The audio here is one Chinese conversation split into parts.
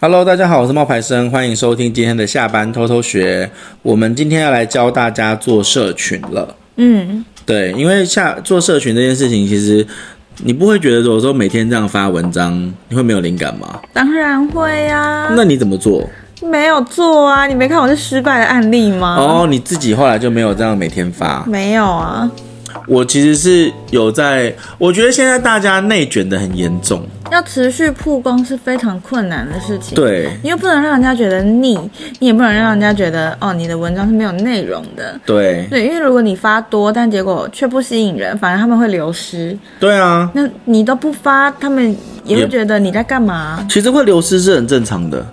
Hello，大家好，我是冒牌生，欢迎收听今天的下班偷偷学。我们今天要来教大家做社群了。嗯，对，因为下做社群这件事情，其实你不会觉得有时候每天这样发文章，你会没有灵感吗？当然会呀、那你怎么做？没有做啊，你没看我是失败的案例吗？哦，你自己后来就没有这样每天发。没有啊，我其实是有在，我觉得现在大家内卷的很严重。要持续曝光是非常困难的事情。，对，你又不能让人家觉得腻，你也不能让人家觉得哦，你的文章是没有内容的。对，对，因为如果你发多，但结果却不吸引人，反而他们会流失。对啊，那你都不发，他们也也会觉得你在干嘛？其实会流失是很正常的，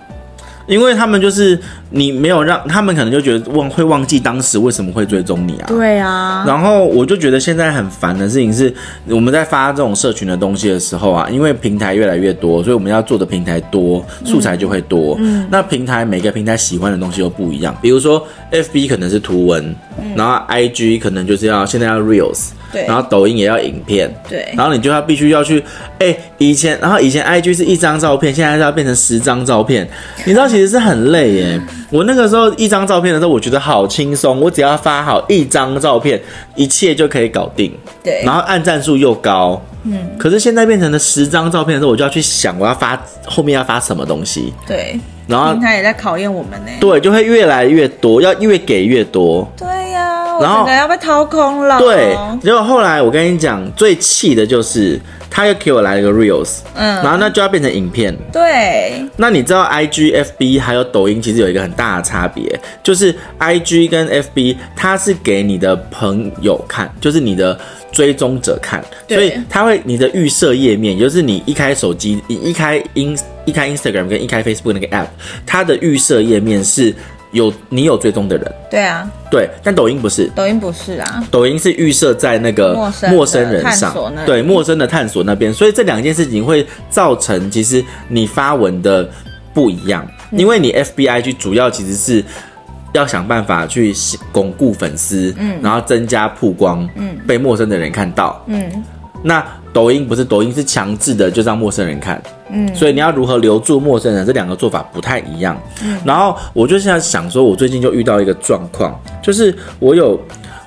因为他们就是你没有让他们可能就觉得忘会忘记当时为什么会追踪你啊。对啊，然后我就觉得现在很烦的事情是，我们在发这种社群的东西的时候啊，因为平台越来越多，所以我们要做的平台多，素材就会多。嗯，那平台每个平台喜欢的东西又不一样，比如说 FB 可能是图文，然后 IG 可能就是要现在要 Reels，嗯对然后抖音也要影片，对然后你就要必须要去，哎、以前，然后以前 IG 是一张照片，现在是要变成十张照片，你知道其实是很累耶。我那个时候一张照片的时候，我觉得好轻松，我只要发好一张照片，一切就可以搞定，对然后按赞数又高。嗯，可是现在变成了十张照片的时候，我就要去想我要发后面要发什么东西，对，然后平台也在考验我们呢、啊对，就会越来越多，要越给越多。对呀、我然后整个要被掏空了。对，结果后来我跟你讲，最气的就是他又给我来了个 reels，嗯然后那就要变成影片。对那你知道 I G F B 还有抖音其实有一个很大的差别，就是 I G 跟 F B 它是给你的朋友看，就是你的追踪者看，对所以它会你的预设页面，也就是你一开手机、一一开 In 一开 Instagram 跟一开 Facebook 那个 App，它的预设页面是有你有追踪的人，对啊，对，但抖音不是，抖音不是啊，抖音是预设在那个陌生的陌生人探上索那，里对陌生的探索那边，所以这两件事情会造成其实你发文的不一样，嗯因为你 FBIG 主要其实是要想办法去巩固粉丝，嗯，然后增加曝光，嗯，被陌生的人看到，嗯，那抖音不是抖音是强制的，就让陌生人看，嗯，所以你要如何留住陌生人，这两个做法不太一样。嗯然后我就现在想说，我最近就遇到一个状况，就是我有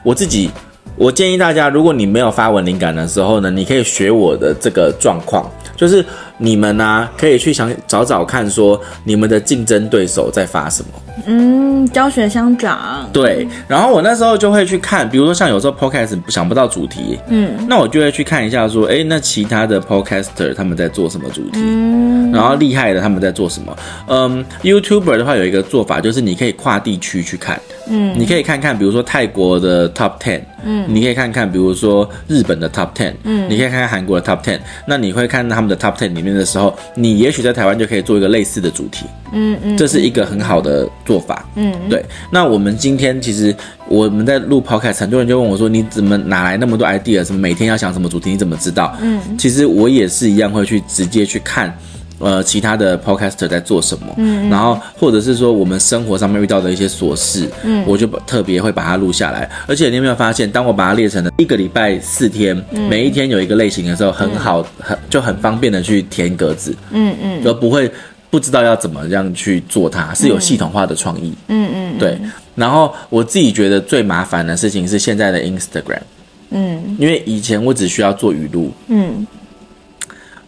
我自己，我建议大家，如果你没有发文灵感的时候呢，你可以学我的这个状况，就是你们呢、啊可以去想找找看，说你们的竞争对手在发什么。嗯，教学相长，对，然后我那时候就会去看，比如说像有时候 podcast 想不到主题，嗯，那我就会去看一下说，哎，那其他的 podcaster 他们在做什么主题，嗯，然后厉害的他们在做什么，嗯，YouTuber 的话有一个做法就是你可以跨地区去看，嗯，你可以看看比如说泰国的 top ten，嗯，你可以看看比如说日本的 top ten，嗯，你可以看看韩国的 top ten，那你会看他们的 top ten 里面的时候，你也许在台湾就可以做一个类似的主题，嗯嗯这是一个很好的做法。嗯，对。那我们今天其实我们在录 podcast，很多人就问我说：“你怎么哪来那么多 idea？什么每天要想什么主题？你怎么知道？”嗯，其实我也是一样会去直接去看。呃，其他的 podcaster 在做什么？嗯，然后或者是说我们生活上面遇到的一些琐事，嗯，我就把特别会把它录下来。而且你有没有发现，当我把它列成了一个礼拜四天，每一天有一个类型的时候，很好，很就很方便的去填格子，嗯嗯而不会不知道要怎么样去做它，是有系统化的创意。嗯嗯对，然后我自己觉得最麻烦的事情是现在的 Instagram，嗯因为以前我只需要做语录，嗯，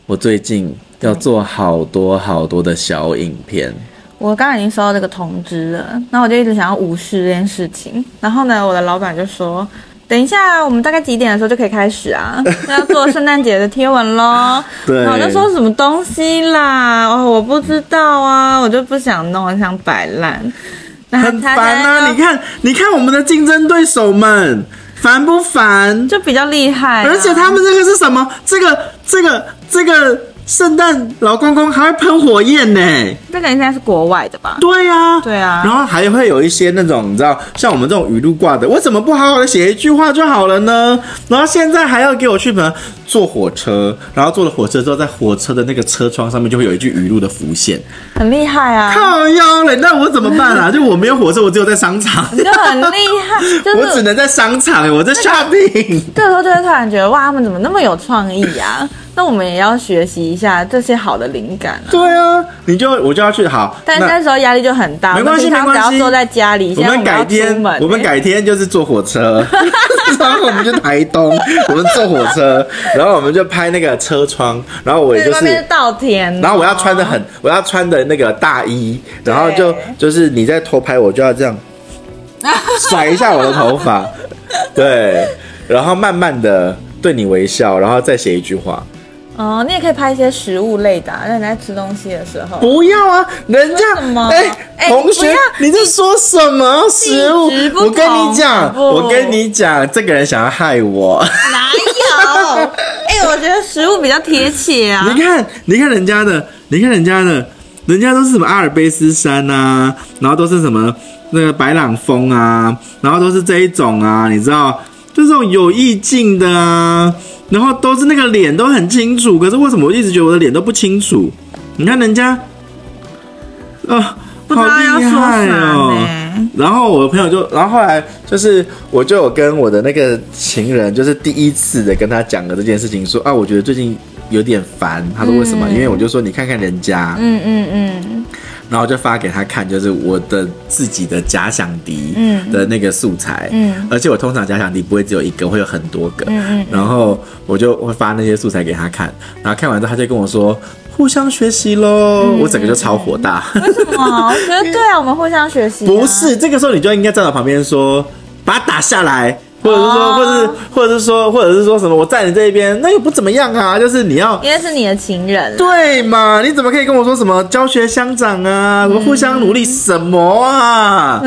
我最近要做好多好多的小影片。我刚刚已经收到这个通知了，那我就一直想要无视这件事情，然后呢，我的老板就说。等一下，我们大概几点的时候就可以开始 啊？要做圣诞节的贴文喽。对然后我就说什么东西啦？哦，我不知道啊，我就不想弄，很想摆烂。然后很他烦现在啊！就你看，你看我们的竞争对手们，烦不烦？就比较厉害啊、而且他们这个是什么？这个、这个、这个圣诞老公公还会喷火焰呢、这个应该是国外的吧？对呀、对啊然后还会有一些那种，你知道，像我们这种语录挂的，我怎么不好好的写一句话就好了呢？然后现在还要给我去什么坐火车，然后坐了火车之后，在火车的那个车窗上面就会有一句语录的浮现，很厉害啊，靠腰嘞，那我怎么办 啊？就我没有火车，我只有在商场，你就很厉害，就我只是 能在商场，我在欸 shopping。 这时候就会突然觉得哇，他们怎么那么有创意啊？那我们也要学习一下这些好的灵感啊。对啊，你就我就要去好，但那那时候压力就很大，没关系我们平没常关只系要坐在家里，我现在们改要出天门欸，我们改天就是坐火车， 然后我们就台东，我们坐火车，然后我们就拍那个车窗，然后我也就对外是面是稻田哦，然后我要穿的很，我要穿的那个大衣，然后就对就是你在偷拍，我就要这样 甩一下我的头发，对，然后慢慢的对你微笑，然后再写一句话。哦，你也可以拍一些食物类的啊，让你在吃东西的时候。不要啊，人家为什么哎、哎同你不学要，你在说什么食物性质？不我跟同你讲，好不我跟你讲，这个人想要害我。哪有？哎、我觉得食物比较贴切啊。你看，你看人家的，你看人家的，人家都是什么阿尔卑斯山啊，然后都是什么那个白朗峰啊，然后都是这一种啊，你知道，就这种有意境的啊，然后都是那个脸都很清楚，可是为什么我一直觉得我的脸都不清楚？你看人家，啊、不知好道要厉说啥害呢、哦！然后我的朋友就，然后后来就是，我就有跟我的那个情人，就是第一次的跟他讲了这件事情，说啊，我觉得最近有点烦。他说为什么？因为我就说你看看人家，嗯嗯嗯，然后就发给他看，就是我的自己的假想敌的那个素材，嗯而且我通常假想敌不会只有一个，会有很多个，嗯然后我就会发那些素材给他看，然后看完之后他就跟我说互相学习喽，嗯我整个就超火大。为什 么？我觉得对啊，我们互相学习、啊。不，是，这个时候你就应该站到旁边说，把它打下来，或者是说，哦或者是，或者是说，或者是说什么，我站你这一边，那又不怎么样啊，就是你要。因为是你的情人啦。对嘛？你怎么可以跟我说什么教学相长啊？什么互相努力什么 啊？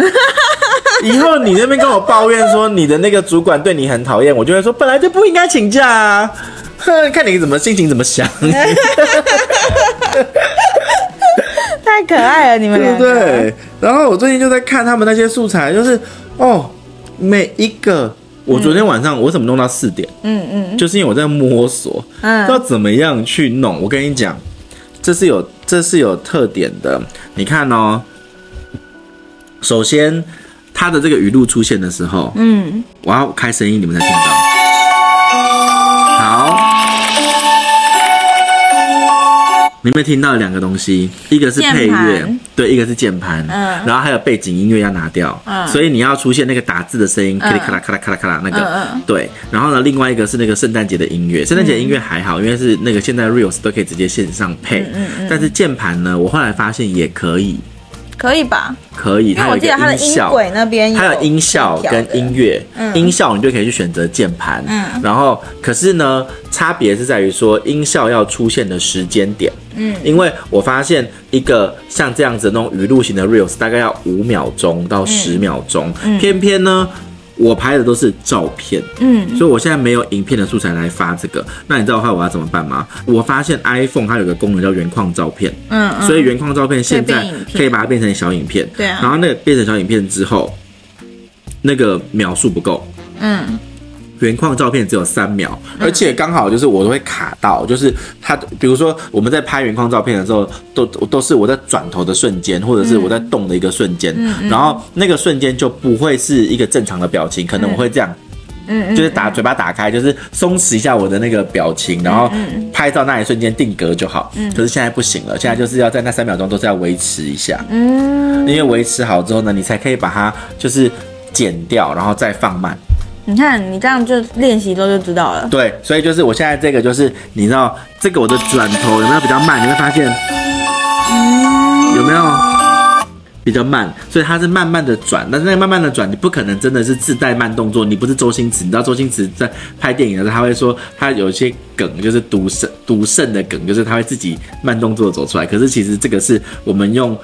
以后你那边跟我抱怨说你的那个主管对你很讨厌，我就会说本来就不应该请假啊。 哼，看你怎么心情怎么想，太可爱了，你们对两不个。对？ 然后我最近就在看他们那些素材，就是哦，每一个。我昨天晚上我怎么弄到四点？嗯嗯就是因为我在摸索，嗯要怎么样去弄。我跟你讲，这是有这是有特点的。你看哦，首先它的这个语录出现的时候，嗯，我要开声音，你们才听到。好，你们听到两个东西，一个是配键乐盘，对，一个是键盘，嗯然后还有背景音乐要拿掉，嗯所以你要出现那个打字的声音，嗯咔啦咔啦咔啦咔啦咔啦那个，嗯嗯对。然后呢，另外一个是那个圣诞节的音乐，圣诞节的音乐还好，因为是那个现在 reels 都可以直接线上配，嗯但是键盘呢，我后来发现也可以，可以吧？可以，因它为有我一记个得它的音音效。轨那边它有音效调跟的音乐，嗯音效你就可以去选择键盘，嗯然后可是呢，差别是在于说音效要出现的时间点，嗯因为我发现一个像这样子那种语录型的 reels 大概要五秒钟到十秒钟，偏偏呢。我拍的都是照片，嗯，所以我现在没有影片的素材来发这个。那你知道后来我要怎么办吗？我发现 iPhone 它有个功能叫原矿照片，嗯嗯，所以原框照片现可以在变影片可以把它变成小影片，对啊然后那个变成小影片之后，那个秒数不够，嗯原框照片只有三秒，而且刚好就是我都会卡到，就是它，比如说我们在拍原框照片的时候，都都是我在转头的瞬间，或者嗯是我在动的一个瞬间，然后那个瞬间就不会是一个正常的表情，可能我会这样。嗯嗯就是打嘴巴打开，就是松弛一下我的那个表情，然后拍照那一瞬间定格就好。可是现在不行了，现在就是要在那三秒钟都是要维持一下，嗯，因为维持好之后呢，你才可以把它就是剪掉，然后再放慢。你看你这样就练习之后就知道了。对，所以就是我现在这个就是你知道这个我的转头有没有比较慢？你会发现有没有？比较慢，所以它是慢慢的转，但是那个慢慢的转，你不可能真的是自带慢动作，你不是周星驰，你知道周星驰在拍电影的时候，他会说他有一些梗就是独胜独胜的梗，就是他会自己慢动作走出来，可是其实这个是我们用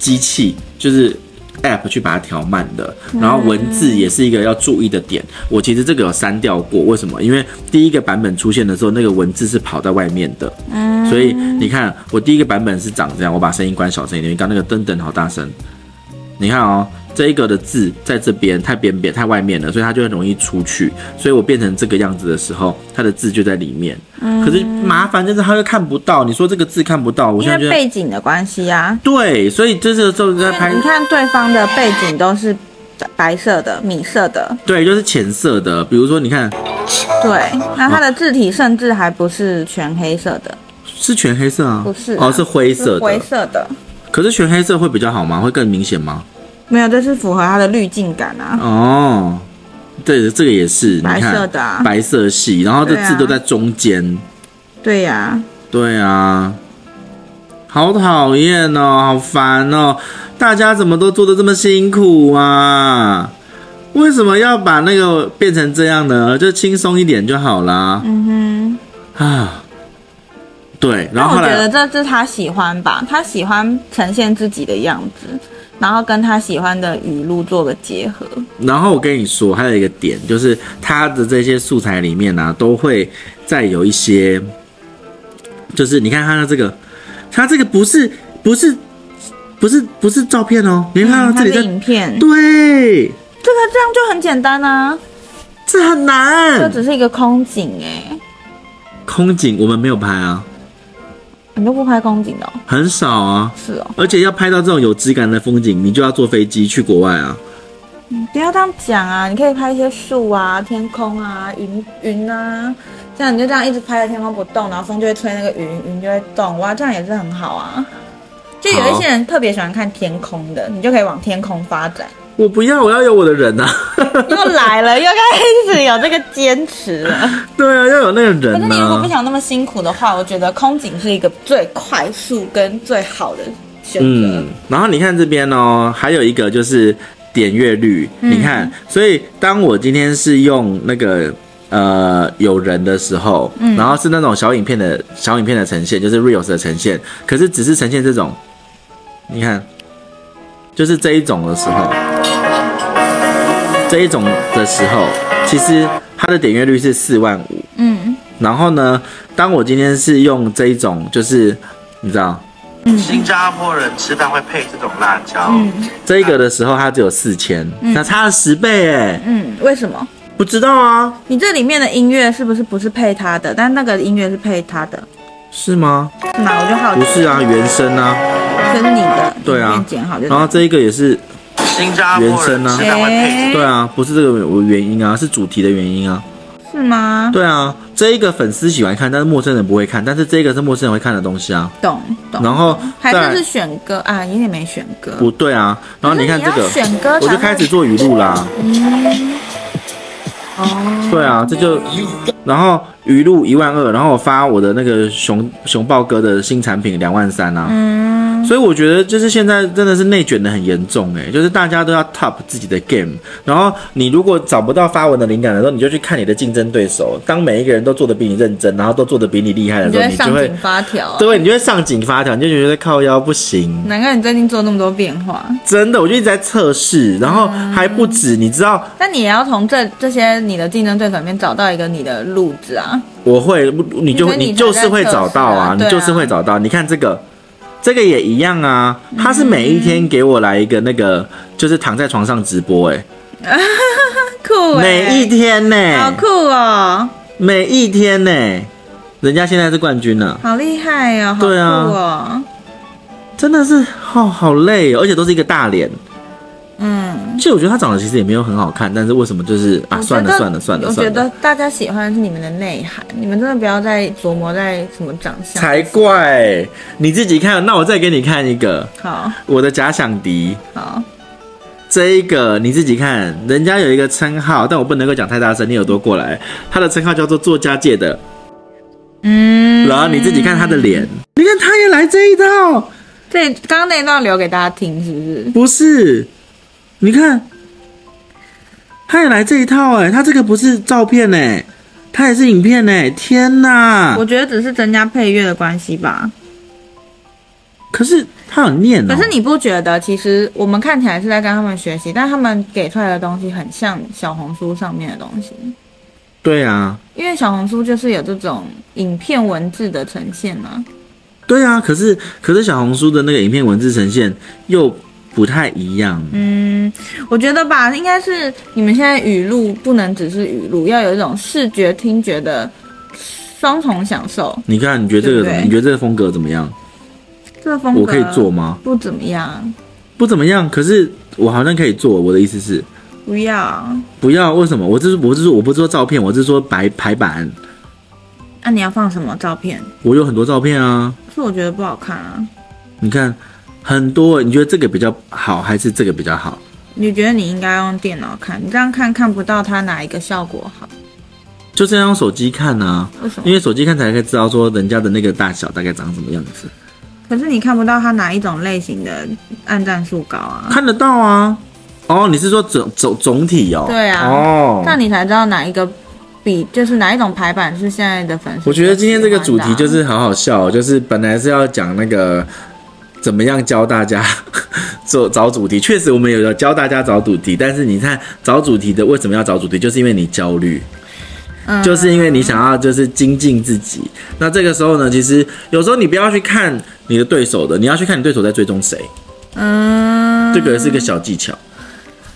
机器就是 app 去把它调慢的，然后文字也是一个要注意的点。我其实这个有删掉过，为什么？因为第一个版本出现的时候，那个文字是跑在外面的，所以你看我第一个版本是长这样，我把声音关小声一点，因为刚那个噔噔好大声。你看哦，这一个的字在这边太边边太外面了，所以它就很容易出去。所以我变成这个样子的时候，它的字就在里面。可是麻烦就是它又看不到。你说这个字看不到，我现因在就为在背景的关系啊，对，所以这时候就在拍你看对方的背景都是白色的、米色的，对，就是浅色的，比如说你看对。那它的字体甚至还不是全黑色的，是全黑色啊，不是啊哦，是灰色是灰的。色的，可是全黑色会比较好吗？会更明显吗？没有，这是符合它的滤镜感啊。哦，对，这个也是，你白看色的啊白色系，然后这对啊字都在中间，对呀、对啊，好讨厌哦，好烦哦，大家怎么都做的这么辛苦啊？为什么要把那个变成这样呢？就轻松一点就好啦。嗯啊，对，哼。然但后我后觉得来这是他喜欢吧，他喜欢呈现自己的样子，然后跟他喜欢的语录做个结合。然后我跟你说，还有一个点就是，它的这些素材里面呢、都会再有一些，就是你看它的这个，它这个不是不是不是不是照片哦，你看他它这里在、的影片，对，这个啊这样就很简单啊，这很这难。只是一个空景哎、空景我们没有拍啊，你都不拍空景的、哦，很少啊，是哦，而且要拍到这种有质感的风景，你就要坐飞机去国外啊。不要这样讲啊！你可以拍一些树啊、天空啊、云云啊，这样你就这样一直拍着天空不动，然后风就会吹那个云，云就会动，哇，这样也是很好啊。就有一些人特别喜欢看天空的，你就可以往天空发展。我不要，我要有我的人啊。 又来了，又 开始有这个坚持了。对啊，要有那个可是人你如果不啊。想那么辛苦的话，我觉得空景是一个最快速跟最好的选择。嗯，然后你看这边哦，还有一个就是点阅率，你看，所以当我今天是用那个。呃，有人的时候，然后是那种小影片的小影片的呈现，就是 reels 的呈现，可是只是呈现这种，你看，就是这一种的时候，这一种的时候，其实它的点阅率是四万五，嗯然后呢，当我今天是用这一种，就是你知道新加坡人吃饭会配这种辣椒，嗯这个的时候，它只有四千、那差了十倍哎，嗯，为什么？不知道啊，你这里面的音乐是不是不是配他的？但那个音乐是配他的，是吗？是吗？我就好奇不，是啊，原声啊，这是你的，对啊里面剪好就然后好。这一个也是，新加坡人吃饭会配这种哎对啊，不是这个原因啊，是主题的原因啊，是吗？对啊，这一个粉丝喜欢看，但是陌生人不会看，但是这个是陌生人会看的东西啊，懂懂。然后还再是是来选歌啊？你也没选歌，不对啊，然后你看这可个是你要选歌，我才就会嗯开始做语录啦，哦，对啊，这就，然后语录一万二，然后我发我的那个熊熊豹哥的新产品两万三啊，嗯，所以我觉得就是现在真的是内卷的很严重哎、就是大家都要 top 自己的 game，然后你如果找不到发文的灵感的时候，你就去看你的竞争对手，当每一个人都做的比你认真，然后都做的比你厉害的你时就候，会你上就会紧，发条啊。对，你就会上紧发条，你就觉得靠腰不行。难怪你最近做那么多变化，真的，我就一直在测试，然后嗯还不止，你知道但你也要从这这些你的竞争对手里面找到一个你的路子啊。我会，你就所以你你才就是在会测找试到啊啊，你对就是啊会找到。你看这个，这个也一样啊，他是每一嗯天给我来一个那个，就是躺在床上直播、欸，酷哎，哎、每一天呢、好酷哦，每一天呢、人家现在是冠军了，好厉害哦，好酷对啊哦，真的是哦，好累、哦，而且都是一个大脸。嗯，其实我觉得他长得其实也没有很好看，但是为什么就是啊，我觉算了得算了算了我觉算得了，大家喜欢的是你们的内涵，你们真的不要再琢磨在什么长相。才怪！你自己看，那我再给你看一个好我的假想敌。好，这一个你自己看，人家有一个称号，但我不能够讲太大声，你耳朵过来。他的称号叫做作家界的，嗯，然后你自己看他的脸，你看他也来这一套，这刚刚那一段留给大家听，是不是？不是？你看，他也来这一套、哎，他这个不是照片哎、他也是影片哎、天哪我！觉得只是增加配乐的关系吧。可是他有念哦、可是你不觉得，其实我们看起来是在跟他们学习，但他们给出来的东西很像小红书上面的东西，对啊，因为小红书就是有这种影片文字的呈现嘛。对啊，可是可是小红书的那个影片文字呈现又不太一样，嗯，我觉得吧，应该是你们现在语录不能只是语录，要有一种视觉、听觉的双重享受。你看你觉得这个怎么？对不对你觉得这个风格怎么样？这个风格我可以做吗？不怎么样，不怎么样，可是我好像可以做。我的意思是，不要。不要为什么？我这是我这是我不是说照片，我是说白排版。那、啊你要放什么照片？我有很多照片啊，可是我觉得不好看啊。你看很多。你觉得这个比较好，还是这个比较好？你觉得你应该用电脑看，你这样看看不到它哪一个效果好？就是要用手机看啊，为什因么？为手机看才可以知道说人家的那个大小大概长什么样子。可是你看不到它哪一种类型的按赞数高啊？看得到啊。哦，你是说总总总体哦？对啊哦，那你才知道哪一个比就是哪一种排版是现在的粉丝。我觉得今天这个主啊题就，是好好笑哦、就是本来是要讲那个怎么样教大家 做找主题，确实我们有教大家找主题，但是你看找主题的为什么要找主题，就是因为你焦虑。嗯就是因为你想要就是精进自己，那这个时候呢，其实有时候你不要去看你的对手的，你要去看你对手在追踪谁，嗯，这个是个小技巧。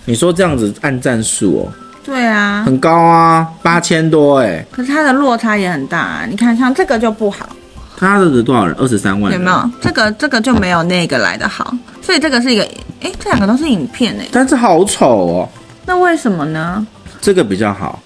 你说这样子按战术哦，对啊，很高啊，八千多哎、可是它的落差也很大、啊。你看，像这个就不好，他的多少人？二十三万有人没有？？这个这个就没有那个来的好，所以这个是一个，哎，这两个都是影片哎，但是好丑哦，那为什么呢？这个比较好，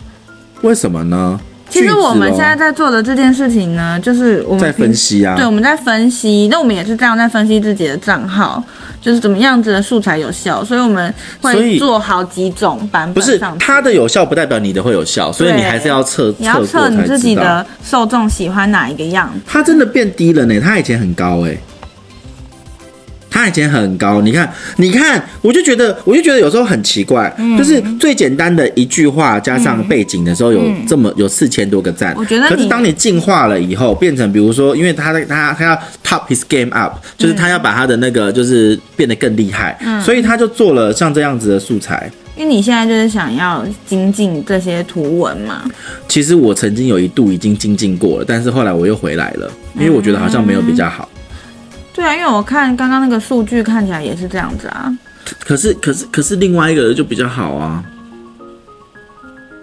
为什么呢？其句实子哦我们现在在做的这件事情呢，就是我们在分平析啊对，，我们在分析，那我们也是这样在分析自己的账号，就是怎么样子的素材有效，所以我们所会以做好几种版不是本上去。他的有效不代表你的会有效，所以你对还是要测你要过测你才自己知道。的受众喜欢哪一个样子，他真的变低了呢，他以前很高哎、他以前很高，你看，你看，我就觉得，我就觉得有时候很奇怪，嗯就是最简单的一句话加上背景的时候，有这么、有四千多个赞。嗯我觉得可是你当你进化了以后，变成比如说，因为他在他他要 top his game up，就是他要把他的那个就是变得更厉害，嗯所以他就做了像这样子的素材。因为你现在就是想要精进这些图文嘛。其实我曾经有一度已经精进过了，但是后来我又回来了，因为我觉得好像没有比较好。对啊，因为我看刚刚那个数据看起来也是这样子啊。可是可是可是另外一个人就比较好啊，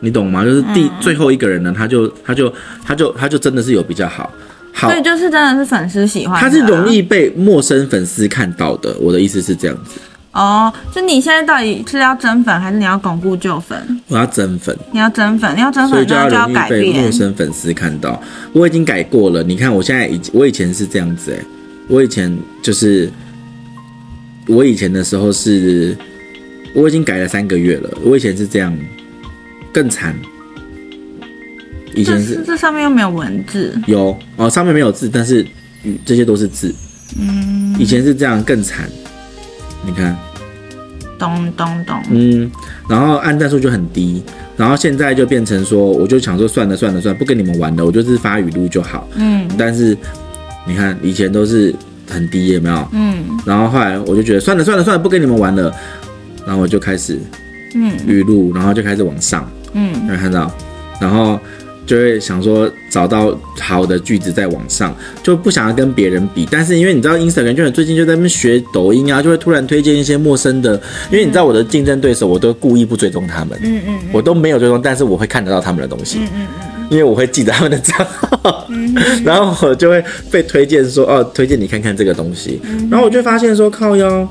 你懂吗？就是嗯第、最后一个人呢，他就他就他就他就真的是有比较好，好所，以就是真的是粉丝喜欢的啊、他是容易被陌生粉丝看到的。我的意思是这样子，哦。就你现在到底是要增粉还是你要巩固旧粉？我要增粉，你要增粉，你要增所以粉，就那要嗯就要容易改被陌变。生粉丝看到。我已经改过了，你看我现在已经，我以前是这样子哎、我以前就是我以前的时候是，我已经改了三个月了，我以前是这样，更惨。以前这是这上面又没有文字，有哦，上面没有字，但是嗯这些都是字。嗯，以前是这样更惨，你看，咚咚咚。嗯，然后按赞数就很低，然后现在就变成说，我就想说算了算了算了，不跟你们玩了，我就是发语录就好。嗯但是你看以前都是很低，有没有？嗯然后后来我就觉得算了算了算了，不跟你们玩了，然后我就开始嗯语录，然后就开始往上，嗯，有看到，然后就会想说找到好的句子在网上，就不想要跟别人比。但是因为你知道 Instagram 就是最近就在那边学抖音啊，就会突然推荐一些陌生的，因为你知道我的竞争对手，我都故意不追踪他们，嗯嗯，我都没有追踪，但是我会看得到他们的东西，嗯嗯因为我会记得他们的账号，然后我就会被推荐说哦，推荐你看看这个东西，然后我就发现说靠腰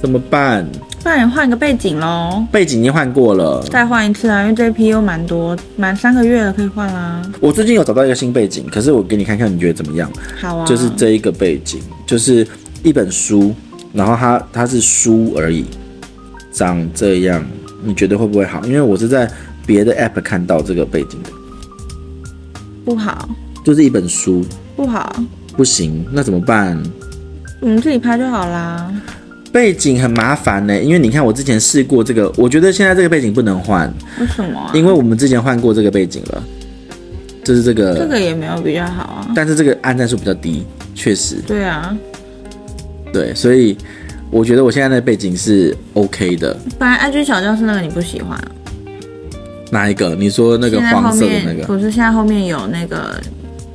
怎么办？不然你换个背景喽，背景已经换过了，再换一次啊，因为这批又蛮多，满三个月了，可以换啦、我最近有找到一个新背景，可是我给你看看，你觉得怎么样？好啊，就是这一个背景，就是一本书，然后它它是书而已，长这样，你觉得会不会好？因为我是在别的 app 看到这个背景的，不好就是一本书，不好，不行，那怎么办？我们自己拍就好啦。背景很麻烦呢、因为你看我之前试过这个，我觉得现在这个背景不能换，为什么、啊？因为我们之前换过这个背景了，就是这个，这个也没有比较好啊。但是这个按赞数比较低，确实，对啊，对，所以我觉得我现在的背景是 OK 的。本来 IG 小教室那个你不喜欢啊，哪一个？你说那个现在黄后色的那面个？不是现在后面有那个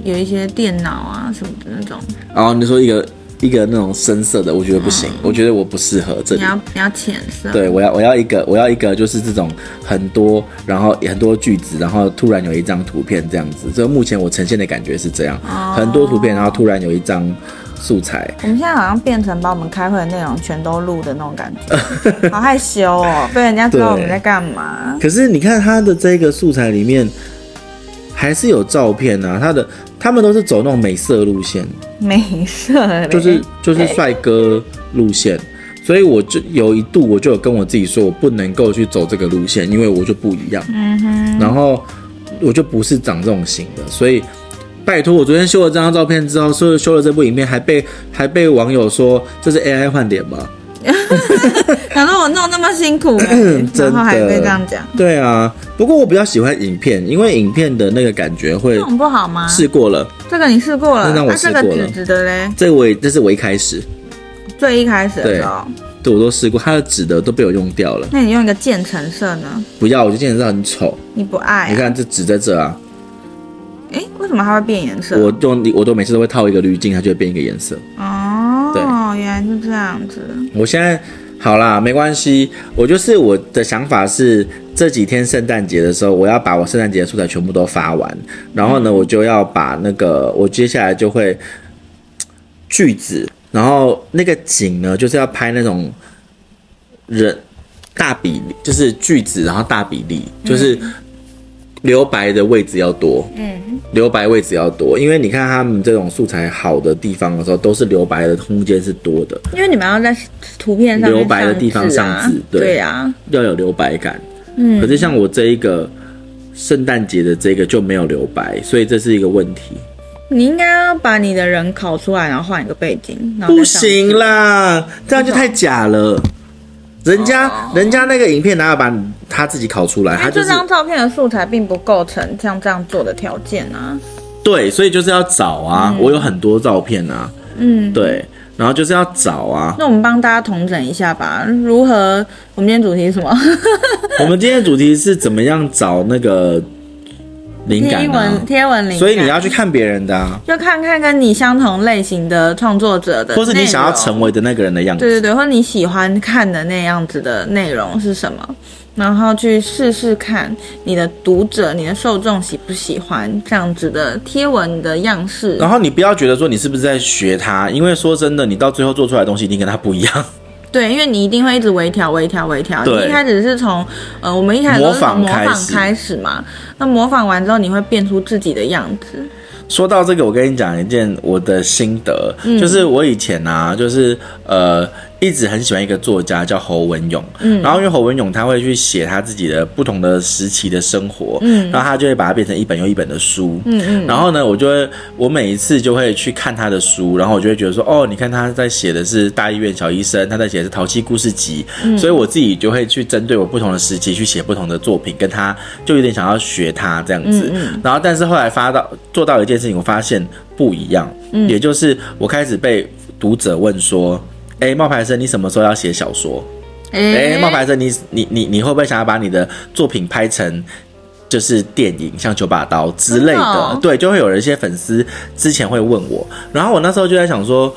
有一些电脑啊什么的那种，哦，你说一个一个那种深色的，我觉得不啊行，我觉得我不适合这你里。要你要浅色，对，我要我要一个我要一个就是这种很多，然后很多句子，然后突然有一张图片这样子。这目前我呈现的感觉是这样，很多图片，然后突然有一张素材。我们现在好像变成把我们开会的内容全都录的那种感 觉，好害羞哦，被人家知道我们在干嘛。可是你看他的这个素材里面，还是有照片啊，他的他们都是走那种美色路线，美色嘞就是就是帅哥路线。所以我就有一度我就有跟我自己说，我不能够去走这个路线，因为我就不一样。嗯哼，然后我就不是长这种型的，所以拜托，我昨天修了这张照片之后，修修了这部影片，还被还被网友说这是 AI 换脸吗？想说我弄那么 辛苦、欸真然后的还被这样讲，对啊，不过我比较喜欢影片，因为影片的那个感觉会这种不好吗？试过了，这个你试过了，那那、让我这试个过了纸质的嘞，这我也这是我一开始最一开始的时候，对我都试过，它的纸的都被我用掉了，那你用一个渐层色呢？不要，我就见得到很丑。你不爱、你啊？看这纸在这啊，哎、为什么它会变颜色？我用我都每次都会套一个滤镜，它就会变一个颜色。哦，对原来是这样子。我现在好啦，没关系。我就是我的想法是，这几天圣诞节的时候，我要把我圣诞节的素材全部都发完，然后呢，我就要把那个我接下来就会嘖句子，然后那个景呢，就是要拍那种人大比例，就是句子，然后大比例，就是留白的位置要多。嗯，留白位置要多，因为你看他们这种素材好的地方的时候，都是留白的空间是多的。因为你们要在图片上面留白的地方上上字对对啊，要有留白感。嗯可是像我这一个圣诞节的这个就没有留白，所以这是一个问题。你应该要把你的人烤出来，然后换一个背景，然后不再上行啦，这样就太假了。人家、人家那个影片哪有把你他自己烤出来？哦因他为就这是张照片的素材并不构成像这样做的条件啊。对，所以就是要找啊。我有很多照片啊，嗯，对，然后就是要找啊。那我们帮大家统整一下吧，如何？我们今天主题是什么？我们今天的主题是怎么样找那个灵感贴文啊？贴文灵感，所以你要去看别人的啊，就看看跟你相同类型的创作者的内容，或是你想要成为的那个人的样子。对对对，或你喜欢看的那样子的内容是什么，然后去试试看你的读者、你的受众喜不喜欢这样子的贴文的样式然。后你不要觉得说你是不是在学他，因为说真的，你到最后做出来的东西一定跟他不一样。 对，因为你一定会一直微调、微调、微调。你对一开始是从呃，我们一开始都是从模仿模开仿始开始嘛，那模仿完之后，你会变出自己的样子。说到这个，我跟你讲一件我的心得，就是我以前啊，就是呃，一直很喜欢一个作家叫侯文勇，嗯，然后因为侯文勇他会去写他自己的不同的时期的生活，嗯，然后他就会把它变成一本又一本的书，嗯嗯，然后呢，我就会我每一次就会去看他的书，然后我就会觉得说，哦，你看他在写的是大医院小医生，他在写的是淘气故事集，所以我自己就会去针对我不同的时期去写不同的作品，跟他就有点想要学他这样子，然后但是后来发到做到一件事情，我发现不一样，也就是我开始被读者问说。哎、冒牌生，你什么时候要写小说？哎、哎冒牌生你，你你你会不会想要把你的作品拍成就是电影，像九把刀之类真的？的哦对，就会有一些粉丝之前会问我，然后我那时候就在想说，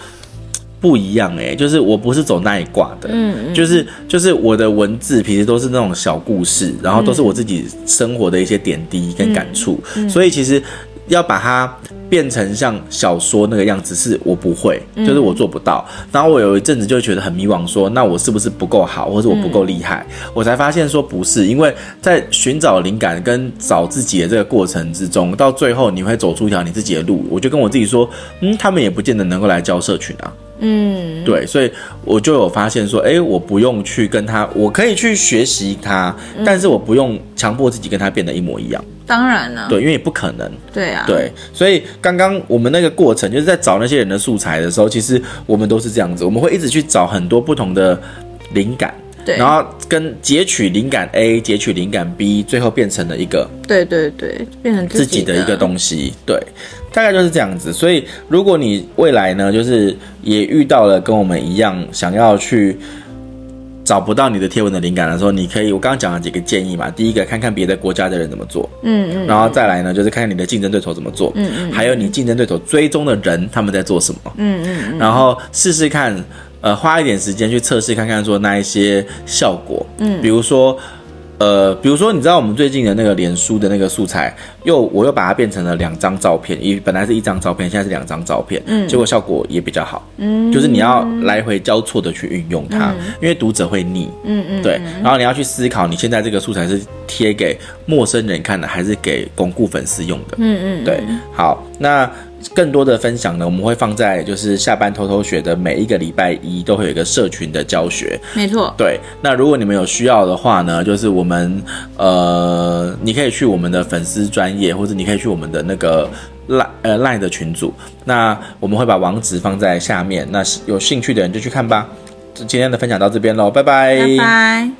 不一样哎、就是我不是走那一挂的，嗯就是就是我的文字其实都是那种小故事，然后都是我自己生活的一些点滴嗯跟感触，所以其实要把它变成像小说那个样子，是我不会，嗯就是我做不到。然后我有一阵子就觉得很迷惘说，那我是不是不够好，或者我不够厉害？嗯我才发现说不是，因为在寻找灵感跟找自己的这个过程之中，到最后你会走出一条你自己的路。我就跟我自己说，嗯，他们也不见得能够来教社群啊，嗯，对，所以我就有发现说，哎、我不用去跟他，我可以去学习他，但是我不用强迫自己跟他变得一模一样，当然了，对，因为也不可能，对啊，对，所以刚刚我们那个过程，就是在找那些人的素材的时候，其实我们都是这样子，我们会一直去找很多不同的灵感，对然后跟截取灵感 A，截取灵感 B，最后变成了一个对对对，变成自己己的的一个东西，对，大概就是这样子。所以，如果你未来呢，就是也遇到了跟我们一样想要去找不到你的贴文的灵感的时候，你可以，我刚刚讲了几个建议嘛。第一个，看看别的国家的人怎么做，嗯嗯然后再来呢，就是看看你的竞争对手怎么做，嗯嗯，还有你竞争对手追踪的人他们在做什么，嗯嗯然后试试看，呃，花一点时间去测试看看说那一些效果，嗯，比如说呃，比如说你知道我们最近的那个脸书的那个素材，又我又把它变成了两张照片，一本来是一张照片，现在是两张照片，嗯，结果效果也比较好，嗯，就是你要来回交错的去运用它，因为读者会腻，嗯嗯，对，然后你要去思考你现在这个素材是贴给陌生人看的，还是给巩固粉丝用的，嗯嗯，对，好，那更多的分享呢，我们会放在就是下班偷偷学的每一个礼拜一都会有一个社群的教学。没错，对，那如果你们有需要的话呢，就是我们呃，你可以去我们的粉丝专业，或者你可以去我们的那个赖呃赖的群组。那我们会把网址放在下面，那有兴趣的人就去看吧。今天的分享到这边喽，拜拜拜。